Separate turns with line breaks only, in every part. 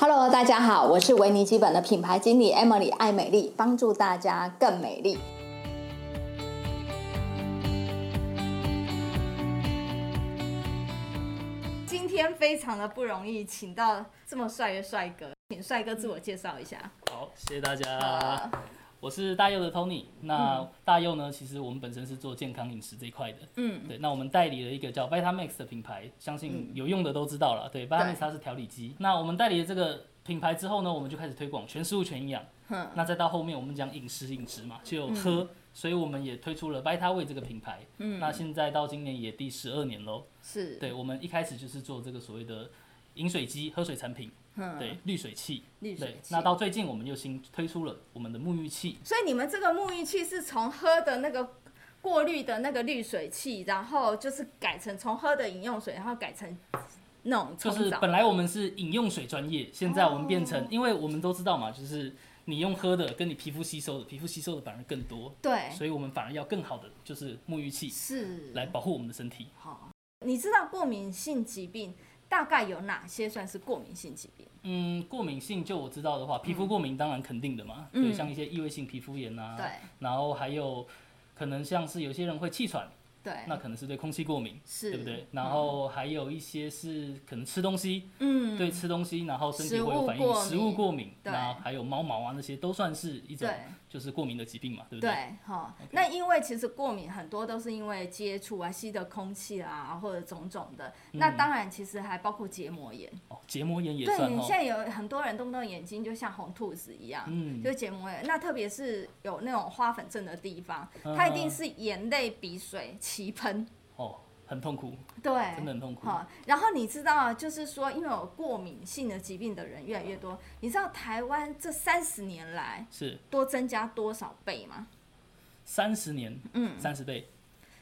Hello，大家好，我是维尼基本的品牌经理 Emily 爱美丽，帮助大家更美丽。
今天非常的不容易，请到这么帅的帅哥，请帅哥自我介绍一下。
好，谢谢大
呃
家。我是大佑的 Tony。那大佑呢？其实我们本身是做健康饮食这一块的。
嗯，
对，那我们代理了一个叫 Vitamax 的品牌，相信有用的都知道了。对，Vitamax 它是调理机。那我们代理了这个品牌之后呢，我们就开始推广全食物全营养。那再到后面我们讲饮食饮食嘛，就有喝，所以我们也推出了 Vitaway 这个品牌。嗯，那现在到今年也第十二年喽。
是
对，我们一开始就是做这个所谓的饮水机、喝水产品，对，滤水器，
滤水
对
器。
那到最近我们又新推出了我们的沐浴器，
所以你们这个沐浴器是从喝的那个过滤的那个滤水器，然后就是改成从喝的饮用水，然后改成那种
就
冲
是
澡。
本来我们是饮用水专业，现在我们变成，因为我们都知道嘛，就是你用喝的跟你皮肤吸收的，皮肤吸收的反而更多，
对，
所以我们反而要更好的就是沐浴器
是
来保护我们的身体。
好。你知道过敏性疾病大概有哪些算是过敏性疾病？
嗯，过敏性就我知道的话，皮肤过敏当然肯定的嘛，
嗯
对，像一些异位性皮肤炎啊，
对，
然后还有可能像是有些人会气喘，
对，
那可能是对空气过敏，
是
对不对？然后还有一些是可能吃东西，
嗯，
对吃东西，然后身体
食
会有
物
反
过
应，
敏
食物过敏，
对
然后还有猫毛啊那些都算是一种
对
就是过敏的疾病嘛，对不对？
对，哈、那因为其实过敏很多都是因为接触啊、吸的空气啊，或者种种的。那当然，其实还包括结膜炎。
哦，结膜嗯炎也
对，
算
现
哦，
在有很多人动不动眼睛就像红兔子一样，
嗯
就是结膜炎。那特别是有那种花粉症的地方，
嗯
它一定是眼泪、鼻水齐喷。
哦，很痛苦，
对，
真的很痛苦。
好，然后你知道，就是说，因为有过敏性的疾病的人越来越多，你知道台湾这三十年来
是
多增加多少倍吗？
三十年，嗯，三十倍，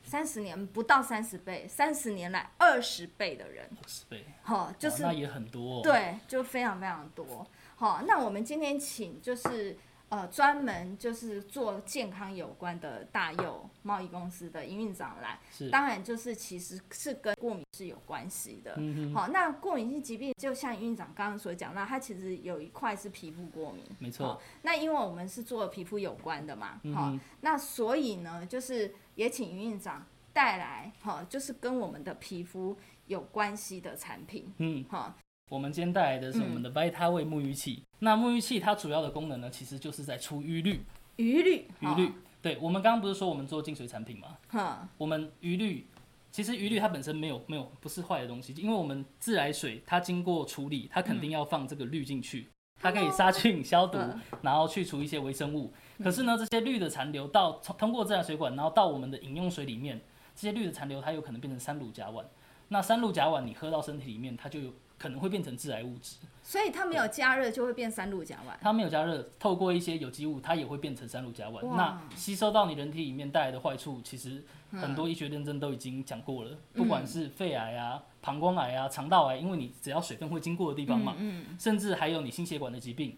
三十年不到三十倍，三十年来二十倍的人，
二十倍，
哈、就
哇
是
那也很多哦。
对，就非常非常多。好、那我们今天请就是呃专门就是做健康有关的大佑贸易公司的营运长来，
是
当然就是其实是跟过敏是有关系的。
嗯
好、那过敏性疾病就像营运长刚刚所讲到，它其实有一块是皮肤过敏，
没错
好那因为我们是做皮肤有关的嘛，好、
嗯哼
那所以呢，就是也请营运长带来，哈、就是跟我们的皮肤有关系的产品，
嗯，
哈、
我们今天带来的是我
嗯
们的 Vitaway 沐浴器。那沐浴器它主要的功能呢，其实就是在除淤率，
余氯，
淤率。对，我们刚刚不是说我们做净水产品吗？
哈，
我们鱼滤，其实鱼滤它本身没有没有不是坏的东西，因为我们自来水它经过处理，它肯定要放这个滤进去，它可以杀菌消毒
嗯，
然后去除一些微生物。可是呢，这些氯的残留到从通过自来水管，然后到我们的饮用水里面，这些氯的残留它有可能变成三氯甲烷。那三氯甲烷你喝到身体里面，它就有可能会变成致癌物质。
所以它没有加热就会变三氯甲烷，
它没有加热，透过一些有机物，它也会变成三氯甲烷。那吸收到你人体里面带来的坏处，其实很多医学认证都已经讲过了，不管是肺癌啊、膀胱癌啊、肠道癌，因为你只要水分会经过的地方嘛，
嗯
甚至还有你心血管的疾病，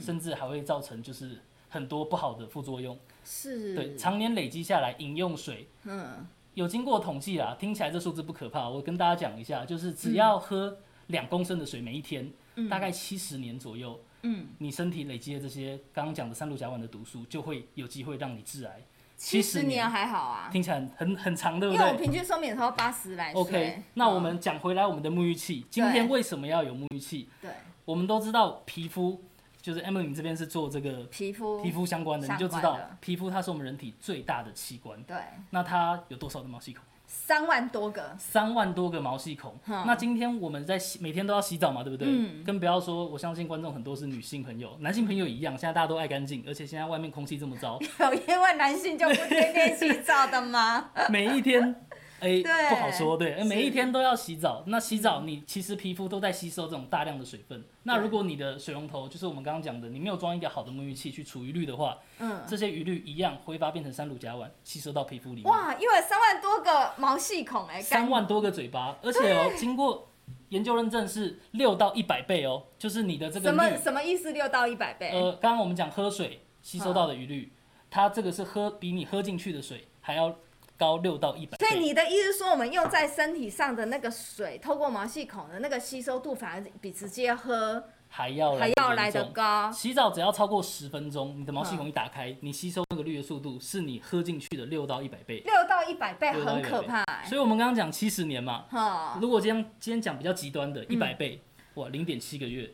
甚至还会造成就是很多不好的副作用。
是，
对，常年累积下来，饮用水，嗯，有经过统计啦，听起来这数字不可怕。我跟大家讲一下，就是只要喝两公升的水每一天，
嗯
大概七十年左右，嗯，你身体累积的这些刚刚讲的三氯甲烷的毒素，就会有机会让你致癌。
七
70
十年还好啊，
听起来很很很长，对不
因为我
对
平均寿命也超八十来岁。
？OK，那我们讲回来我们的沐浴器，今天
对
为什么要有沐浴器？
嗯对
我们都知道皮肤，就是 Emily 你这边是做这个
皮肤
皮肤相关的，你
相
就知
关
道
的
皮肤它是我们人体最大的器官。
对
那它有多少的毛细孔？
三万多个，
三万多个毛细孔。那今天我们在洗，每天都要洗澡嘛，对不对？
嗯
更不要说，我相信观众很多是女性朋友，男性朋友一样。现在大家都爱干净，而且现在外面空气这么 糟，
有因为男性就不天天洗澡的吗？
每一天，哎、
对
不好说，对，哎
是
每一天都要洗澡。那洗澡，你其实皮肤都在吸收这种大量的水分。那如果你的水龙头，就是我们刚刚讲的，你没有装一个好的沐浴器去除余氯的话，
嗯，
这些余氯一样挥发变成三氯甲烷，吸收到皮肤里面。
哇，因为三万多个毛细孔哎、感
三万多个嘴巴，而且哦，经过研究认证是六到一百倍哦，就是你的这个
什
氯，
么什么意思？六到一百倍？
呃，刚刚我们讲喝水吸收到的余氯，它这个是喝比你喝进去的水还要高六到一百
所以
倍。
你的意思说，我们用在身体上的那个水，透过毛细孔的那个吸收度，反而比直接喝
还要
还要来
严
得
重
高，嗯
洗澡只要超过十分钟，你的毛细孔一打开，你吸收那个氯的速度是你喝进去的六到一百倍。
六到一百倍
六到
很
100
可
倍
怕、哎
所以我们刚刚讲七十年嘛，
哈，
如果今天今天讲比较极端的，一
嗯
百倍，哇，零点七个月，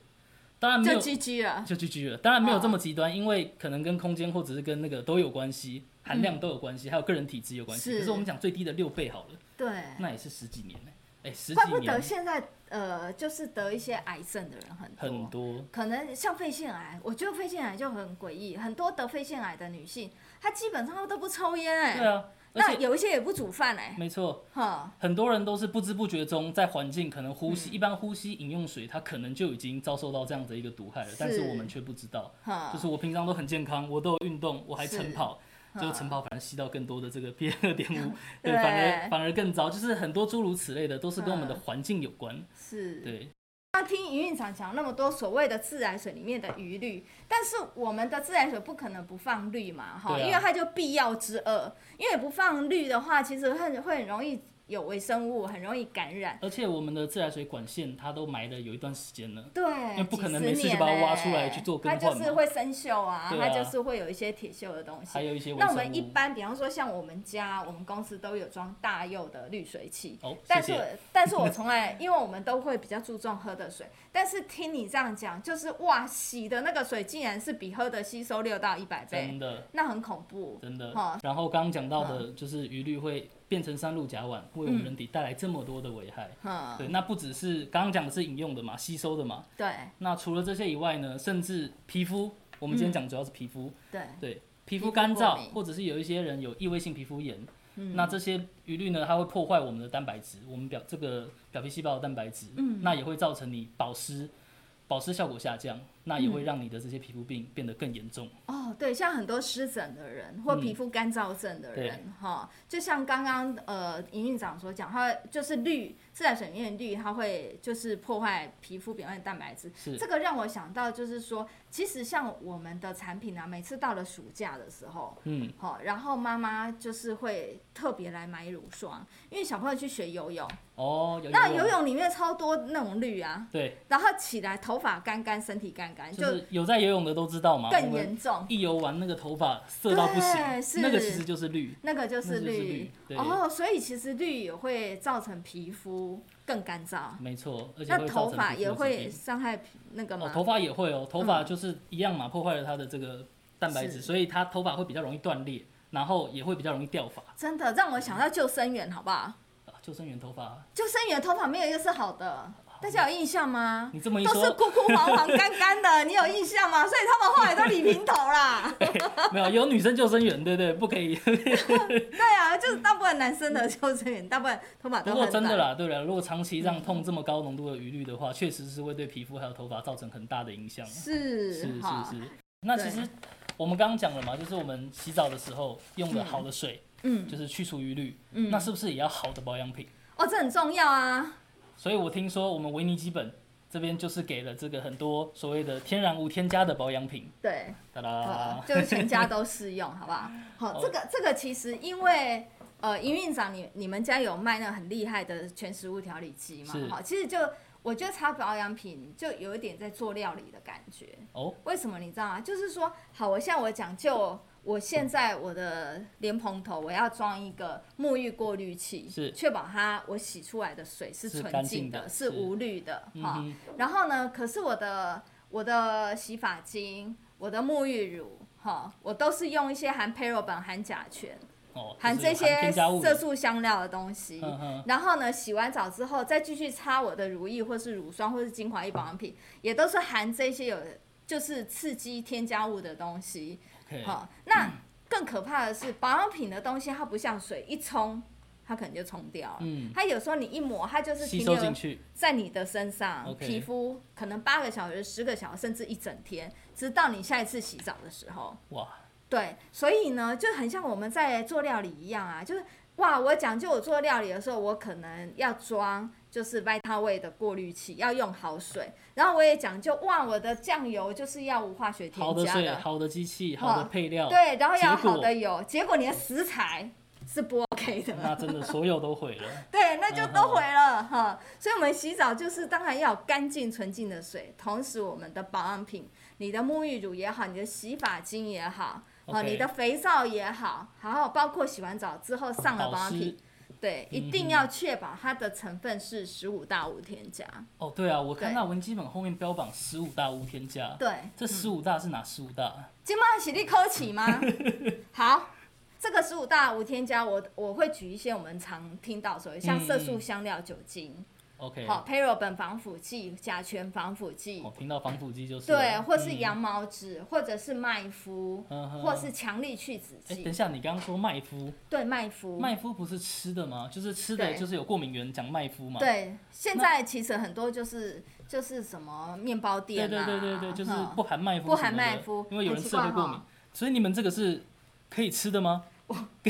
当然没
就
有
GG 了。
就 GG 了，当然没有这
哦
么极端，因为可能跟空间或者是跟那个都有关系，含量都有关系，还有个人体质有关系。
嗯是
可是我们讲最低的六倍好了，
对，
那也是十几年呢、哎、十
怪
几
不得
年
现在呃，就是得一些癌症的人很多。
很多，
可能像肺腺癌，我觉得肺腺癌就很诡异，很多得肺腺癌的女性，她基本上都不抽烟哎、
对啊，而
那
且
有一些也不煮饭哎、
没错，
哈，
很多人都是不知不觉中在环境可能呼
嗯
吸，一般呼吸饮用水，它可能就已经遭受到这样的一个毒害了，但是
是
我们却不知道。
哈
就是我平常都很健康，我都有运动，我还晨
啊是嗯
跑，就晨跑反而吸到更多的这个 PM 二点 五，
对
对，反而反而更糟，就是很多诸如此类的都是跟我们的
嗯
环境有关。
是。
对，
那听营运长讲那么多所谓的自来水里面的余氯，但是我们的自来水不可能不放氯嘛，哈、
对啊
因为它就必要之二。因为不放氯的话，其实很会很容易有微生物，很容易感染。
而且我们的自来水管线它都埋了有一段时间了，
对，
那不可能
几十
没事就
年
把它挖
嘞
出来去做更
它就
换
是
嘛
会生锈啊，
对
它
啊
就是会有一些铁锈的东西
还。有一些微
那我
生
们一
物。
般，比方说像我们家、我们公司都有装大釉的滤水器，
哦，谢
但是
谢。
但是 我从来，因为我们都会比较注重喝的水，但是听你这样讲，就是哇，洗的那个水竟然是比喝的吸收六到一百倍
真，的。
那很恐怖。
真的
哈，
然后刚刚讲到的，
嗯
就是余氯会变成三氯甲烷，为我们人体带来这么多的危害。
嗯，
对，那不只是刚刚讲的是饮用的嘛，吸收的嘛。
对
那除了这些以外呢，甚至皮肤，我
嗯
们今天讲主要是皮肤，
对，
对，皮肤
肤
干
过
燥
敏，嗯
或者是有一些人有异位性皮肤炎，那这些余氯呢，它会破坏我们的蛋白质，我们表这个表皮细胞的蛋白质，
嗯
那也会造成你保湿，保湿效果下降，那也会让你的这些皮肤
嗯
病变得更严重。
哦，对，像很多湿疹的人或皮
嗯
肤干燥症的人，哈、就像刚刚呃营运长所讲，它就是氯自来水里面的氯，它会就是破坏皮肤表面的蛋白质。
是
这个让我想到，就是说，其实像我们的产品啊，每次到了暑假的时候，
嗯，
好、然后妈妈就是会特别来买乳霜，因为小朋友去学游泳，
哦，有
那
用
游泳里面超多那种氯啊，
对，
然后起来头发干干，身体干干，
就
就是
有在游泳的都知道嘛，我
更
们
严重。
一游完那个头发涩到不
对是
行，那个其实就是氯。
那个就是
那就是氯对
哦，所以其实氯也会造成皮肤更干燥，
没错，而且
那
嗯会
头
造成
发
皮肤
也
的疾
会
病
伤害皮那个
哦
吗，？嗯
头发也会哦，头发就是一样嘛，破坏了它的这个蛋白
是
质，所以它头发会比较容易断裂，然后也会比较容易掉发。
真的让我想到救生员，好不好？
啊救生员 头发，
救生员头发没有一个是好的，大家有印象吗？
你这么一
都是
说，
枯枯黄黄、干干的，你有印象吗？所以他们后来都理平头 啦。
没有有女生救生员，对不对？不可 以。
对啊，就是大部分男生的救生员，大部分头发都很嗯
不过真的
短
啦，对了，如果长期让痛这么高浓度的余氯的话，确实是会对皮肤还有头发造成很大的影响。是
是
是
哈，
是。那其实我们刚刚讲了嘛，就是我们洗澡的时候用的好的水，
嗯
就是去除余氯，
嗯
那是不是也要好的保养品？
哦，这很重要啊。
所以我听说我们维尼基本这边就是给了这个很多所谓的天然无添加的保养品，
对，
哒
呃
啦，，
就是全家都适用，好不 好？好，这个这个其实因为呃，营运长你你们家有卖那很厉害的全食物调理机嘛
是？
好，其实就我觉得擦保养品就有一点在做料理的感觉。
哦，
为什么你知道吗？就是说，好，我像我讲就。我现在我的莲蓬头，我要装一个沐浴过滤器，
是
确保它我洗出来的水是
是
纯
干
净
净的
的，是
是
无氯的
嗯
哈。
哼，
然后呢，可是我的我的洗发精、我的沐浴乳，哈，我都是用一些含 p 洛本、含甲醛、
哦，
含
就是
这些
添加物
色
的，
素香料的东西。
嗯哼，
然后呢，洗完澡之后再继续擦我的乳液，或是乳霜，或是精华液保养品，也都是含这些有就是刺激添加物的东西。
可以，
好，
嗯
那更可怕的是保养品的东西，它不像水一冲，它可能就冲掉了。
嗯，
它有时候你一抹，它就是
吸
停
收
留
进去，
在你的身上
OK
皮肤可能八个小时、十个小时，甚至一整天，直到你下一次洗澡的时候。
哇，
对，所以呢，就很像我们在做料理一样啊，就是哇，我讲究我做料理的时候，我可能要装就是 Vitaway 的过滤器，要用好水，然后我也讲究哇，我的酱油就是要无化学
好
添
的
加
水，好的机器，好的配料，
对，然后要有
结果
好的油，结果你的食材是不 OK 类的。
那真的所有都毁 了。
对，那就都毁
嗯
了哈。所以，我们洗澡就是当然要有干净纯净的水，同时我们的保养品，你的沐浴乳也好，你的洗发精也好，哦，
OK
你的肥皂也好，还有包括洗完澡之后上了保
保
养
湿
品，
嗯
对，一定要确保它的成分是 十五到无添加。
哦，对啊，我看
对
那文基本后面标榜十五大无添加，
对，嗯
这十五大是哪十五大？
今麦是你考起 吗？好，这个十五大无添加，我我会举一些我们常听到所谓像色素、
嗯
香料、酒精，
OK，哦
好 p a r o 本防腐剂、甲醛防腐剂，
我听到防腐剂就是了
对，或是
嗯
羊毛脂，或者是麦麸，
嗯哼
或是强力去脂
哎，等一
剂，
下，你刚刚说麦麸，
对麦麸，
麦麸不是吃的吗？就是吃的，
对
就是有过敏源讲麦麸嘛。
对，现在其实很多就是就是什么面包
对
店
对
啊，
对对对，就是
哼
不含麦麸什么的，
不含麦麸
因为有人
很奇
吃会
怪
过敏
哈，
所以你们这个是可以吃的吗？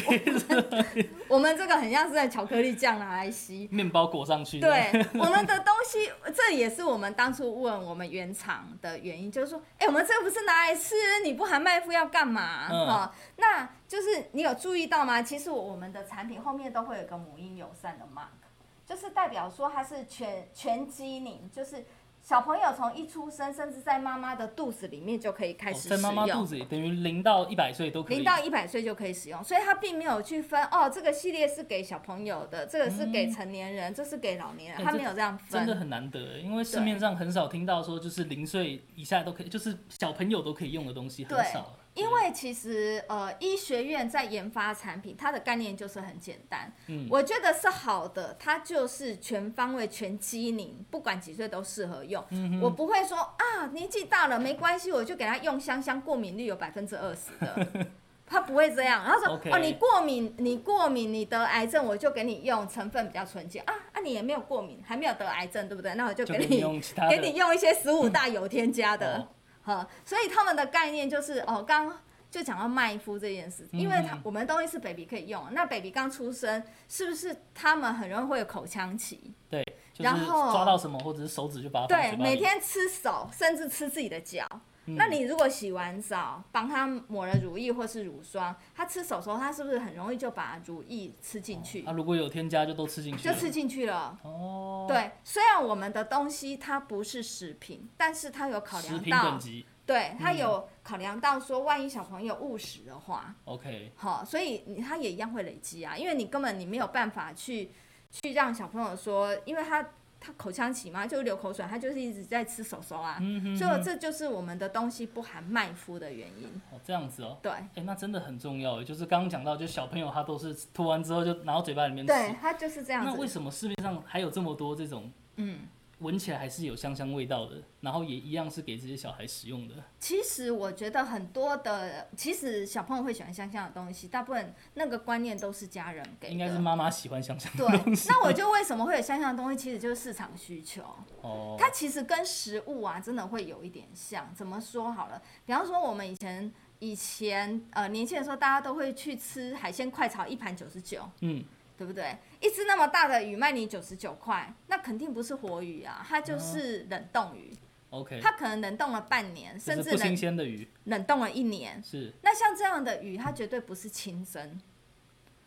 我们这个很像是在巧克力酱拿来吸，
面包裹上去的，
对，我们的东西，这也是我们当初问我们原厂的原因，就是说，哎、我们这不是拿来吃，你不含麦麸要干嘛？
嗯
哦，那就是你有注意到吗？其实我们的产品后面都会有一个母婴友善的 mark，就是代表说它是全全机灵，就是小朋友从一出生，甚至在妈妈的肚子里面就可以开
哦
始使
在
用。
妈妈肚子里，等于零到一百岁都可以。
零到一百岁就可以使用，所以它并没有去分哦，这个系列是给小朋友的，这个是给成年人，这是给老年人，
嗯哎
它
这
没有这样
真的
分。
很难得，因为市面上很少听到说就是零岁以下都可以，就是小朋友都可以用的东西很
对
少。
因为其实呃，医学院在研发产品，它的概念就是很简单，
嗯
我觉得是好的，它就是全方位、全机灵，不管几岁都适合用。
嗯
我不会说啊，年纪大了没关系，我就给他用香香，过敏率有百分之二十 的。他不会这样，然后说
OK
哦，你过敏，你过敏，你得癌症，我就给你用成分比较纯净啊啊，你也没有过敏，还没有得癌症，对不对？那我就
就
给
给你用其 他的
给你用一些十五大有添加的。
哦
好，所以他们的概念就是哦，刚就讲到麦麸这件事，因为他
嗯
我们的东西是 baby 可以用，那 baby 刚出生，是不是他们很容易会有口腔期？
对，就是
然后
抓到什么或者是手指就把它放
对，
嘴巴里
每天吃手，甚至吃自己的脚。
嗯
那你如果洗完澡，帮他抹了乳液或是乳霜，他吃手的时候，他是不是很容易就把乳液吃进去，
啊，如果有添加就都吃进去
就
了，
吃进去了？
哦，，
对，虽然我们的东西它不是食品，但是它有考
食
量
品
到
等，级
对，它
嗯
有考量到说，万一小朋友误食的话，
，OK，
好，所以你他也一样会累积啊，因为你根本你没有办法去去让小朋友说，因为他他口腔期嘛，就流口水，他就是一直在吃手手啊，
嗯哼
所以这就是我们的东西不含麦麸的原因。
哦这样子哦。
对，
哎、那真的很重要耶，就是刚刚讲到，就小朋友他都是吐完之后就拿到嘴巴里面吃。
对，他就是这样
那为
子。
什么市面上还有这么多这种，
嗯，
闻起来还是有香香味道的，然后也一样是给这些小孩使用的？
其实我觉得很多的，其实小朋友会喜欢香香的东西，大部分那个观念都是家人给的。
应该是妈妈喜欢香香的
对
东，西。
那我就为什么会有香香的东西，其实就是市场需求。
哦，
它其实跟食物啊，真的会有一点像。怎么说好了？比方说我们以前以前呃年轻的时候，大家都会去吃海鲜快炒一盘九十九，
嗯，
对不对？一只那么大的鱼卖你九十九块，那肯定不是活鱼啊，它就是冷冻鱼，
OK，
它可能冷冻了半年，
就
甚
是
至
不新
冷
鲜的鱼
嗯冷冻了一年。
是，
那像这样的鱼，它绝对不是清蒸、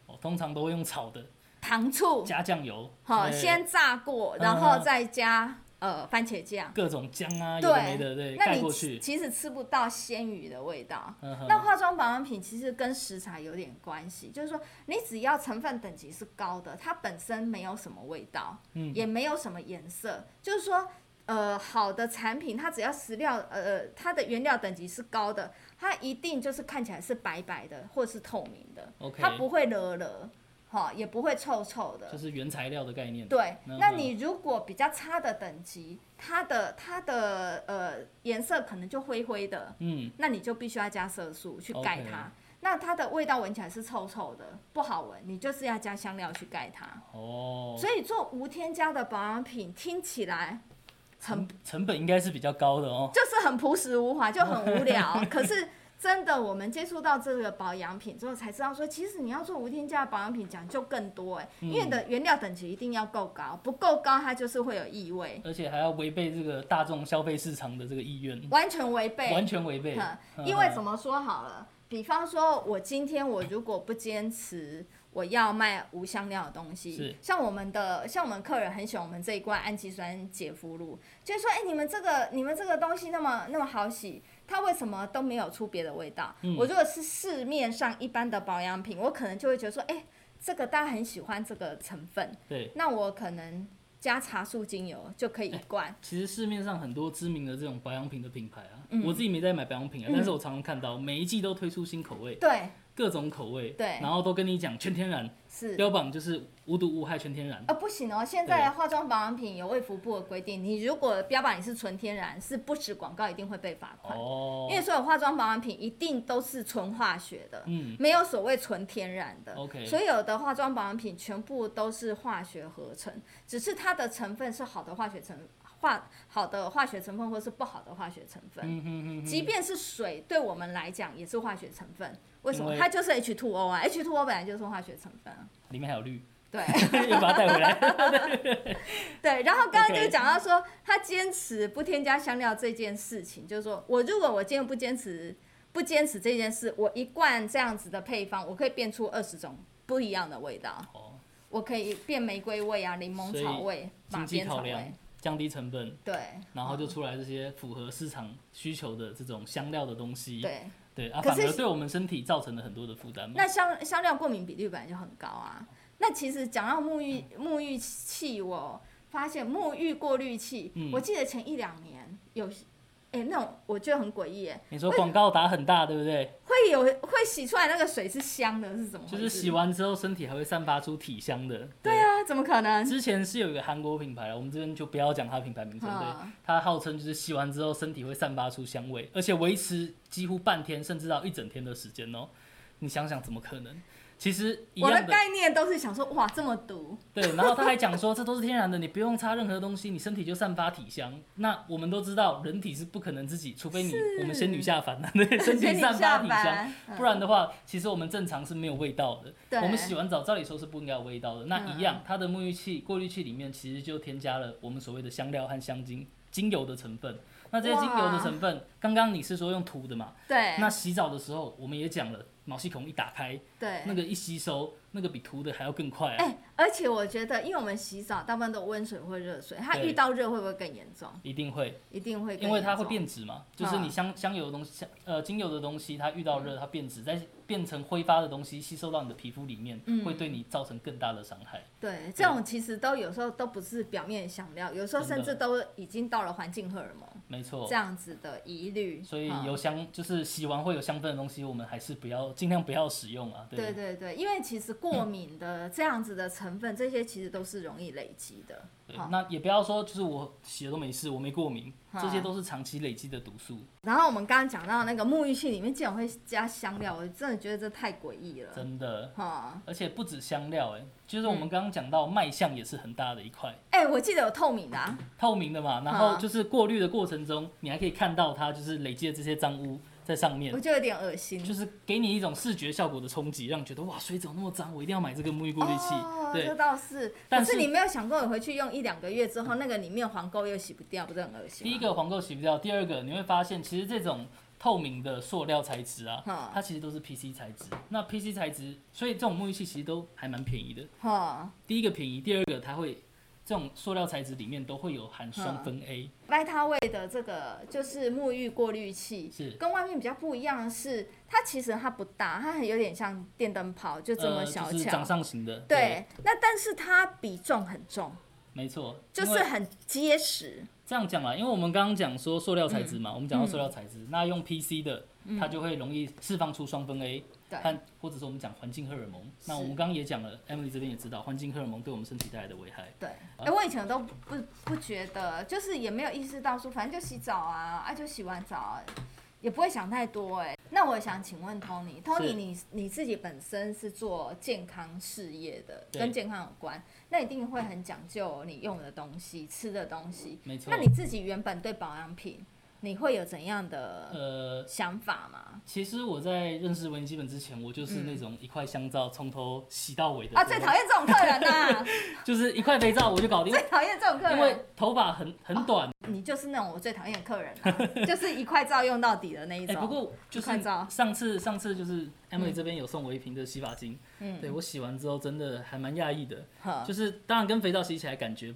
哦，通常都会用炒的，
糖醋，
加酱油，
哦好，
对
先炸过，然
嗯
后
嗯
再加呃番茄酱。
各种姜啊，有的没
对
的，对，
那
盖
你
过
其
去。
其实吃不到鲜鱼的味道。
嗯哼
那化妆保养品其实跟食材有点关系，就是说你只要成分等级是高的，它本身没有什么味道，
嗯
也没有什么颜色，就是说。呃，好的产品，它只要食料，呃，它的原料等级是高的，它一定就是看起来是白白的或是透明的
OK
它不会惹惹，哈，也不会臭臭的，
就是原材料的概念。
对，
嗯
那
嗯
你如果比较差的等级，它的它的呃颜色可能就灰灰的，
嗯，
那你就必须要加色素去盖
OK
它。那它的味道闻起来是臭臭的，不好闻，你就是要加香料去盖它。
哦，
所以做无添加的保养品听起来很
成本应该是比较高的哦。
就是很朴实无华，就很无 聊。可是真的，我们接触到这个保养品之后，才知道说，其实你要做无添加的保养品，讲究更多哎、
嗯
因为你的原料等级一定要够高，不够高它就是会有异味，
而且还要违背这个大众消费市场的这个意愿，
完全违背。
完全违背
嗯。
嗯
因为怎么说好了，比方说我今天我如果不坚持。我要卖无香料的东
是
西。像我们的像我们客人很喜欢我们这一罐氨基酸解肤露，就是说，哎、你们这个你们这个东西那么那么好洗。它为什么都没有出别的味道？
嗯
我如果是市面上一般的保养品，我可能就会觉得说，哎、这个大家很喜欢这个成分，
对，
那我可能加茶树精油就可以一罐。
其实市面上很多知名的这种保养品的品牌啊，
嗯
我自己没在买保养品啊，但是我常常看到每一季都推出新口味，
对，
各种口味，
对
然后都跟你讲全天然，
是。
标榜就是无毒无害全天然，
啊、不行哦！现在化妆保养品有卫福部的规定，你如果标榜你是纯天然，是不实广告，一定会被罚款。
哦
因，为所有化妆保养品一定都是纯化学的，
嗯
没有所谓纯天然的。
OK
所有的化妆保养品全部都是化学合成，只是它的成分是好的化学成化好的化学成分，或是不好的化学成分。
嗯哼哼哼，
即便是水，对我们来讲也是化学成分。为什
因
么？
为
它就是 H2O 啊，H2O 本来就是化学成分啊。
里面还有绿，
对
又把它带回来，
对，然后刚刚
OK
就讲到说他坚持不添加香料这件事情，就是说我如果我今天不坚持不坚持这件事，我一罐这样子的配方，我可以变出二十种不一样的味道，
哦，
我可以变玫瑰味啊、柠檬草味、马
经济
鞭草
考量
味，，
降低成本，
对
然后就出来这些符合市场需求的这种香料的东西，
哦对。
对啊，
可
反
是
而对我们身体造成了很多的负担嘛
那。香香料过敏比率本来就很高啊。那其实讲到沐浴
嗯
沐浴器，我发现沐浴过滤器，
嗯
我记得前一两年有，哎、那种我觉得很诡异、哎，
你说广告打很大，对 不对？
会有会洗出来那个水是香哦的，是怎么回
就
事？
是洗完之后身体还会散发出体香的。
对啊，怎么可能？
之前是有一个韩国品牌，我们这边就不要讲它品牌名称，对
嗯，
它号称就是吸完之后身体会散发出香味，而且维持几乎半天甚至到一整天的时间哦、你想想怎么可能？其实一
我的
样的，
概念都是想说，哇，这么毒，
对。然后他还讲说，这都是天然的，你不用擦任何东西，你身体就散发体香。那我们都知道，人体是不可能自己，除非你我们仙女下凡了，对，身体
你
散
下
发体香。
班，嗯
不然的话，其实我们正常是没有味道的。
对嗯
我们洗完澡，照理说是不应该有味道的。那一样，它的沐浴器、过滤器里面其实就添加了我们所谓的香料和香精、精油的成分。那这些精油的成分，刚刚你是说用涂的嘛？
对，
那洗澡的时候，我们也讲了，毛细孔一打开，
对，
那个一吸收，那个比涂的还要更快、
哎、
啊，
而且我觉得，因为我们洗澡大部分都温水或热水，它
对
遇到热会不会更严重？
一定会，
一定会更严重，
因为它会变质嘛。就是你
嗯
香香油的东西，香呃精油的东西，它遇到热它变质，再变成挥发的东西，吸收到你的皮肤里面，
嗯
会对你造成更大的伤害。
对，这种其实都有时候都不是表面的香料，有时候
真的
甚至都已经到了环境荷尔蒙
没错
这。样子的疑虑，
哦所以
嗯
有香、就是洗完会有香氛的东西，我们还是不要尽量不要使用啊。
对对对，因为其实过敏的这样子的成分，这些其实都是容易累积的。
对
好，
那也不要说就是我洗了都没事，我没过敏，
嗯
这些都是长期累积的毒素，
然后我们刚刚讲到那个沐浴器里面竟然会加香料，我真的觉得这太诡异了。
真的。
哈，
而且不止香料、哎，就是
嗯
我们刚刚讲到卖相也是很大的一块，
哎、我记得有透明的、啊，
透明的嘛，然后
嗯
就是过滤的过程中，你还可以看到它就是累积的这些脏污在上面
我。就有点恶心。
就是给你一种视觉效果的冲击，让你觉得哇，水怎么那么脏？我一定要买这个沐浴过滤器。
哦，
对
这，倒是，
但
可是
是
你没有想过，你回去用一两个月之后，那个里面黄垢又洗不掉，不是很恶心吗？
第一个黄垢洗不掉，第二个你会发现，其实这种透明的塑料材质啊
嗯，
它其实都是 PC 材质。那 PC 材质，所以这种沐浴器其实都还蛮便宜的。
哈
第一个便宜，第二个它会这种塑料材质里面都会有含双酚
嗯
A，
，Vitaway 的这个就是沐浴过滤器，
是
跟外面比较不一样的是，它其实它不大，它很有点像电灯泡，就这么
呃
小
就是
巧。
掌上型的。
对，那但是它比重很重，
没错，
就
因为
是很结实。
这样讲啦，因为我们刚刚讲说塑料材质
嗯
嘛，我们讲到塑料材质，那用 PC 的，它就会容易释放出双酚 A，
对
和或者说我们讲环境荷尔蒙。那我们刚刚也讲了，Emily 这边也知道，环境荷尔蒙对我们身体带来的危害。
对，哎、我以前都不不觉得，就是也没有意识到说，反正就洗澡啊，啊就洗完澡，也不会想太多、哎，那我想请问 Tony，Tony
是
你你自己本身是做健康事业的，
对
跟健康有关，那一定会很讲究你用的东西、吃的东西。
没错
那你自己原本对保养品，你会有怎样的
呃，
想法吗？
其实我在认识文基本之前，我就是那种一块香皂从头洗到尾的
啊，最讨厌这种客人呐、
就是一块肥皂我就搞定，
最讨厌这种客人。
因为头发很很短，
你就是那种我最讨厌的客人、啊，就是一块皂用到底的那一
哎、
种。
不过就是
快照
上次上次就是 Emily 这边有送我一瓶的洗发精，
嗯
对我洗完之后真的还蛮讶异的，
呵
就是当然跟肥皂洗起来感觉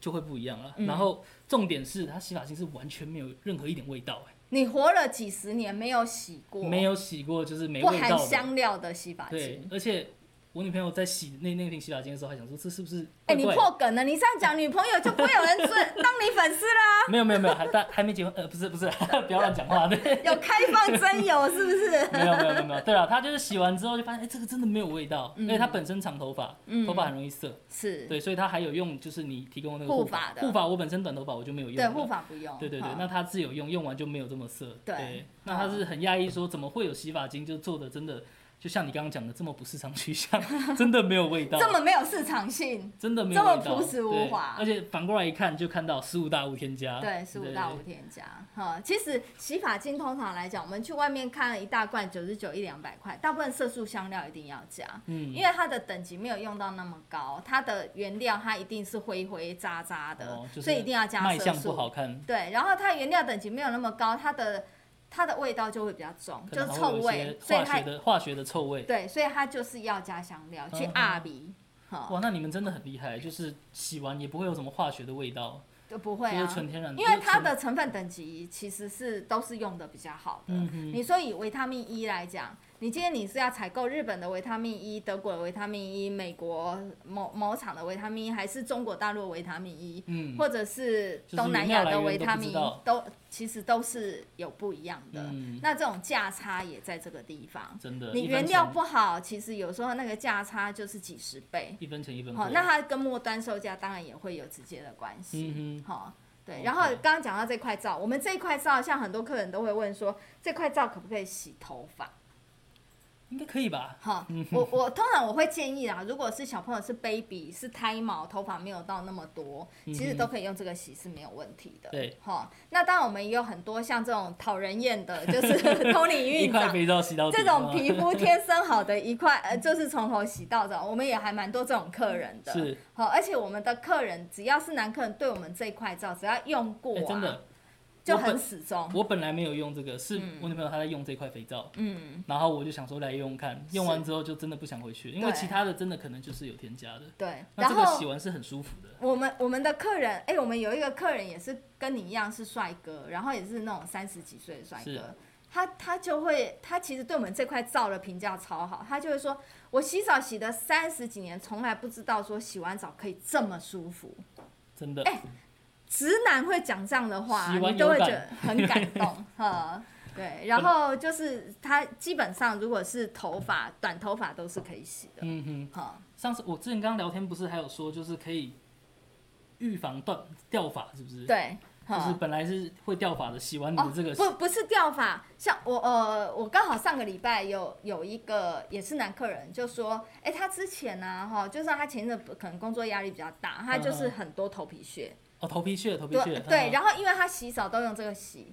就会不一样了。
嗯
然后重点是它洗发精是完全没有任何一点味道、欸
你活了几十年没有洗过，
哎，没有洗过就是没
不
味
含
道的。
香料的洗发
对
精。，
而且我女朋友在洗那那瓶洗发精的时候还想说这是不是
哎、
怪
你
怪的？
破梗了！你这样讲，女朋友就不会有人 尊当你粉丝啦。
没有没有没有，还但还没结婚，呃，不是不 是，不要乱讲话，对，
有开放真友是不是？
没有没有没有没 有，对了，他就是洗完之后就发现，哎、这个真的没有味道，
嗯
因为他本身长头发，头发很容易涩，
是，
对，所以他还有用，就是你提供的那个
护
护
发的
护发我本身短头发我就没有用，
对护，发不用。
对对对
哈，
那他自有用，用完就没有这么涩，
对
那他是很讶异说，怎么会有洗发精就做的真的，就像你刚刚讲的这么不市场取向， 真的没有味道，
这么没有市场性。
真的没有味道，
这么朴实无
对
华
而且反过来一看就看到十五大无添加，
对，十五到
啊对
五添加哈。其实洗发精通常来讲，我们去外面看一大罐九十九一两百块，大部分色素香料一定要加，
嗯
因为它的等级没有用到那么高，它的原料它一定是灰灰渣渣的，
哦就是
所以一定要加
卖
色
相不好
素。
看，
对，然后它原料等级没有那么高，它的它的味道就会比较重，
可
就
能
是
还
臭
会有一
味
些，
所以
化
它
学的化学的臭味。
对，所以它就是要加香料去
嗯哼
压鼻，哈、
哇，那你们真的很厉害，就是洗完也不会有什么化学的味道，
就不会
就
啊
是。纯天然。
因为它的成分等级其实是都是用的比较好的。
嗯哼
你说以维他命 E 来讲，你今天你是要采购日本的维他命 E、德国的维他命 E、美国某某厂的维他命 E，还是中国大陆的维他命 E，、
嗯
或者是东南亚的维他命 E，都其实都是有不一样的。
嗯
那这种价差也在这个地方。
真的，
你
一分
原料
钱
不好，其实有时候那个价差就是几十倍。
一分钱一分货
好、，那它跟末端售价当然也会有直接的关系
嗯。
好、对。
OK
然后刚刚讲到这块皂，我们这块皂像很多客人都会问说，这块皂可不可以洗头发？
应该可以吧？
哈，我我通常我会建议啊，如果是小朋友是 baby 是胎毛，头发没有到那么多，其实
嗯哼
都可以用这个洗是没有问题的。
对，
哈，那当然我们也有很多像这种讨人厌的，就是 Tony
一
院
块
长。
肥皂洗到底
这种
吗
皮肤天生好的一块，呃，就是从头洗到澡，我们也还蛮多这种客人的。
是，
好，而且我们的客人只要是男客人，对我们这一块皂只要用过、啊
哎，真的，
就
我本
很始终。
我本来没有用这个，是我女朋友她在用这块肥皂，
嗯，
然后我就想说来用用看，用完之后就真的不想回去，因为
对
其他的真的可能就是有添加的，
对。
那
然
这个洗
后
完是很舒服的，
我们我们的客人，哎、我们有一个客人也是跟你一样是帅哥，然后也是那种三十几岁的帅
是
哥。他他就会，他其实对我们这块皂的评价超好，他就会说，我洗澡洗了三十几年，从来不知道说洗完澡可以这么舒服。
真的。
哎直男会讲这样的话，
洗完
你都会
有
觉
感
得很感 动，呵，对。然后就是他基本上如果是头发短头发都是可以洗的，
嗯哼，
哈，
上次我之前刚刚聊天不是还有说，就是可以预防断掉发，是不是？
对，
就是
呵。
本来是会掉发的，洗完你
哦
的这个，，
不不是掉发，像我呃，我刚好上个礼拜有有一个也是男客人就说，哎、他之前呢、啊、哈，就是他前一阵可能工作压力比较大，他就是
嗯嗯
很多头皮屑，
哦，头皮屑，嗯头皮
对
屑，
对，
后
然后因为他洗澡都用这个洗，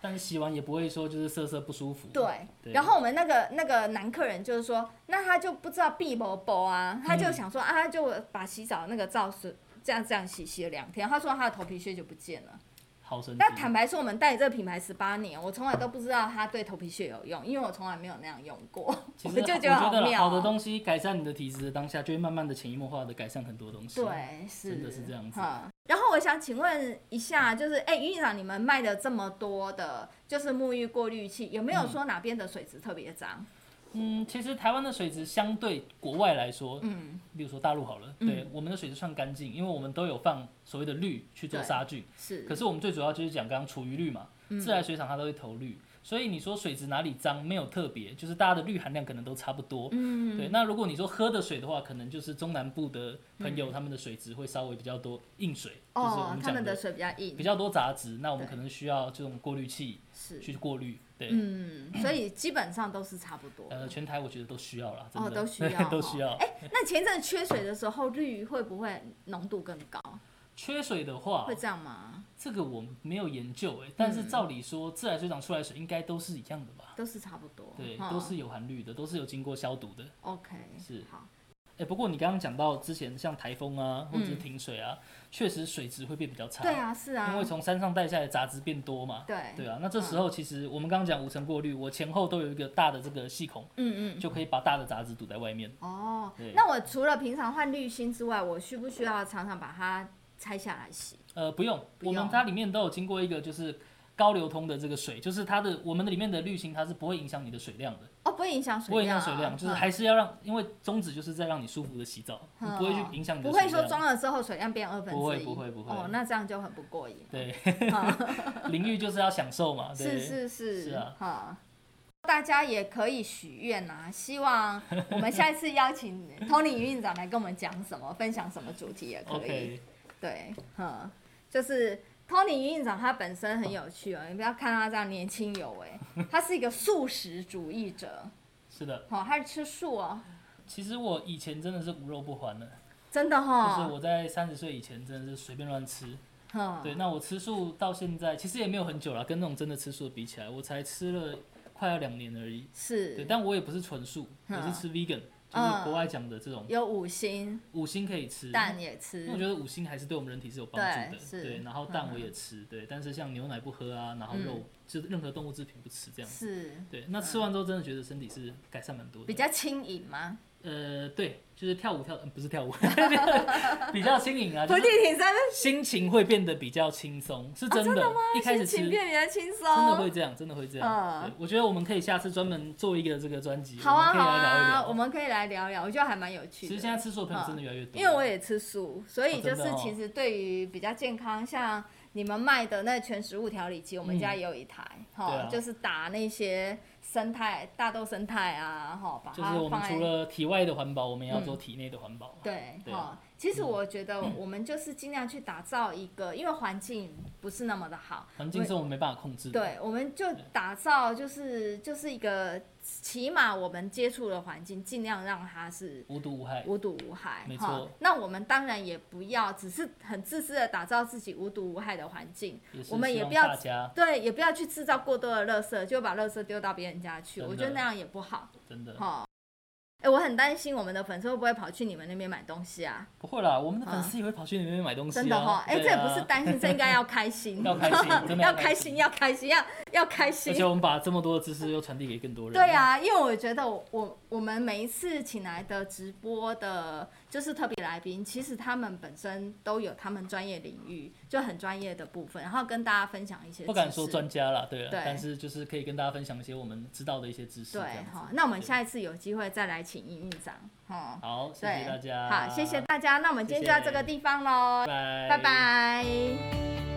但是洗完也不会说就是涩涩不舒服，
对，
对
然后我们那个那个男客人就是说，那他就不知道避某某啊，他就想说、啊，他就把洗澡那个皂水这样这样洗洗了两天，他说他的头皮屑就不见了。
嗯好神奇。
那坦白说，我们代理这个品牌十八年，我从来都不知道它对头皮屑有用，因为我从来没有那样用过，
其
我就
实我
觉
觉
得好
啦
妙、
好
哦
的东西改善你的体质的当下，就会慢慢的潜移默化的改善很多东西。，
对，是
真的是这样子
嗯然后我想请问一下，就是哎，于院长，你们卖的这么多的，就是沐浴过滤器，有没有说哪边的水质特别脏？
嗯，其实台湾的水质相对国外来说，
嗯，
例如说大陆好了，对，我们的水质算干净，因为我们都有放所谓的氯去做
对嗯
杀菌。
是
可是我们最主要就是讲刚刚厨余率嘛，自来水厂它都会投氯，所以你说水质哪里脏没有特别，就是大家的氯含量可能都差不多。嗯，对。那如果你说喝的水的话，可能就是中南部的朋友他们的水质会稍微比较多硬水，就是我
哦，
们
他
讲
们的水比较硬
比，较多杂质，那我们
对
可能需要这种过滤器
是，
去过滤。对，
嗯，所以基本上都是差不多。
呃，全台我觉得都需要啦，真
哦，
的
都 需要，
都需要
哦。哎、那前一阵缺水的时候，氯会不会浓度更高？
缺水的话
会，这样吗？
这个我没有研究哎、但是照理说，自来水厂出来的水应该都是一样的吧？
都是差不多，
对，
哈
都是有含氯的，都是有经过消毒的。
OK，
是
好。
哎、哎，不过你刚刚讲到之前像台风啊，或者是停水啊，确实水质会变比较差。
嗯对啊，是啊
因，为从山上带下来杂质变多嘛。
对，嗯
对啊，那这时候其实我们刚刚讲五层过滤，我前后都有一个大的这个细孔，
嗯嗯，
就可以把大的杂质堵在外面。
哦
对，
那我除了平常换滤芯之外，我需不需要常常把它拆下来洗？
呃，不用，
不
我们
用
它里面都有经过一个就是高流通的这个水，就是它的我们的里面的滤芯，它是不会影响你的水量的，
哦，不会影响
不会
水
影
量
响
啊，
水量，就是
嗯
还是要让，因为宗旨就是在让你舒服的洗澡，你不会去影响你的
嗯不
水
会说
量。
装了之后水量变二分之一，
不会不会不会
哦，那这样就很不过瘾。
对，
哈
淋浴就是要享受嘛，对。
嗯是是是，
是啊
哈。大家也可以许愿啊，希望我们下一次邀请 Tony 余院长来跟我们讲什么，分享什么主题也可以。
OK，
对，嗯，就是 Tony 余院长他本身很有趣哦，你不要看他这样年轻有为，他是一个素食主义者，
是的，
哦，他是吃素哦，
其实我以前真的是无肉不欢的，
真的哦
就
哈、
是我在三十岁以前真的是随便乱吃。
哦，
对，那我吃素到现在其实也没有很久了，跟那种真的吃素的比起来，我才吃了快要两年而已。对，
是
但我也不是纯素，我是
嗯
吃 vegan，就是
嗯
国外讲的这种
有五星，
五星可以吃，
蛋也吃，
因为我觉得五星还是对我们人体是有帮助
对
的。
是嗯
对，然后蛋我也吃，对，但是像牛奶不喝啊，然后肉就是任何动物制品不吃这样。
是嗯
对，那吃完之后真的觉得身体是改善蛮多
比
的。
较轻盈吗？
呃，对，就是跳舞跳，呃不是 跳舞，比较轻盈啊，就
伏
是
地挺身
心情会变得比较轻松，
哦
是真的。一开始
心
吃
情变比较轻松，
真的会这样，真的会这样。
嗯
对我觉得我们可以下次专门做一个这个专辑，
好啊
我们可
好
以来聊一
啊，
聊。
我们可以来聊聊，我觉得还蛮有趣
其
的。啊
实现在吃素的朋友真的越来越多，
因为我也吃素，所以
哦
就
真
是
的哦
其实对于比较健康，像你们卖的那全食物调理机，我们
嗯
家也有一台，
对
哈、
啊
就是打那些生态大豆生态啊，哈，把
就是
它
我们
放在嗯
除了体外的环保，我们也要做体内的环保。
对，
对啊嗯
哦，其实我觉得我们就是尽量去打造一个，因为环境不是那么的好，
环境是我们没办法控制的。
对，我们就打造就是就是一个，起码我们接触的环境，尽量让它是
无毒无害。
无毒无害。
没
哈
错
那我们当然也不要只是很自私的打造自己无毒无害的环境，
也是
我们
希
也
望
不要
大家
对，也不要去制造过多的垃圾，就把垃圾丢到别人家去。
真的
我觉得那样也不好。
真的
哈，哎、我很担心我们的粉丝会不会跑去你们那边买东西啊？
不会啦，我们的粉丝也会跑去你那边买东西啊。
真的哈、哎、
对
这也
啊
不是担心，这应该要开心，
要开心真的要
要
开
开
心
心，要开心，要要开
而且
心。
我们把这么多的知识又传递给更多人。
对啊，因为我觉得我我我们每一次请来的直播的，就是特别来宾，其实他们本身都有他们专业领域就很专业的部分，然后跟大家分享一些知识。
不敢说专家啦，对啊，
对
但是就是可以跟大家分享一些我们知道的一些知识。
对
这样子
哈、那我们下一次有机会再来请殷院长哈。
好，谢
对，
谢大家。
好，谢谢大家。那我们今天就到这个地方喽，
拜
拜拜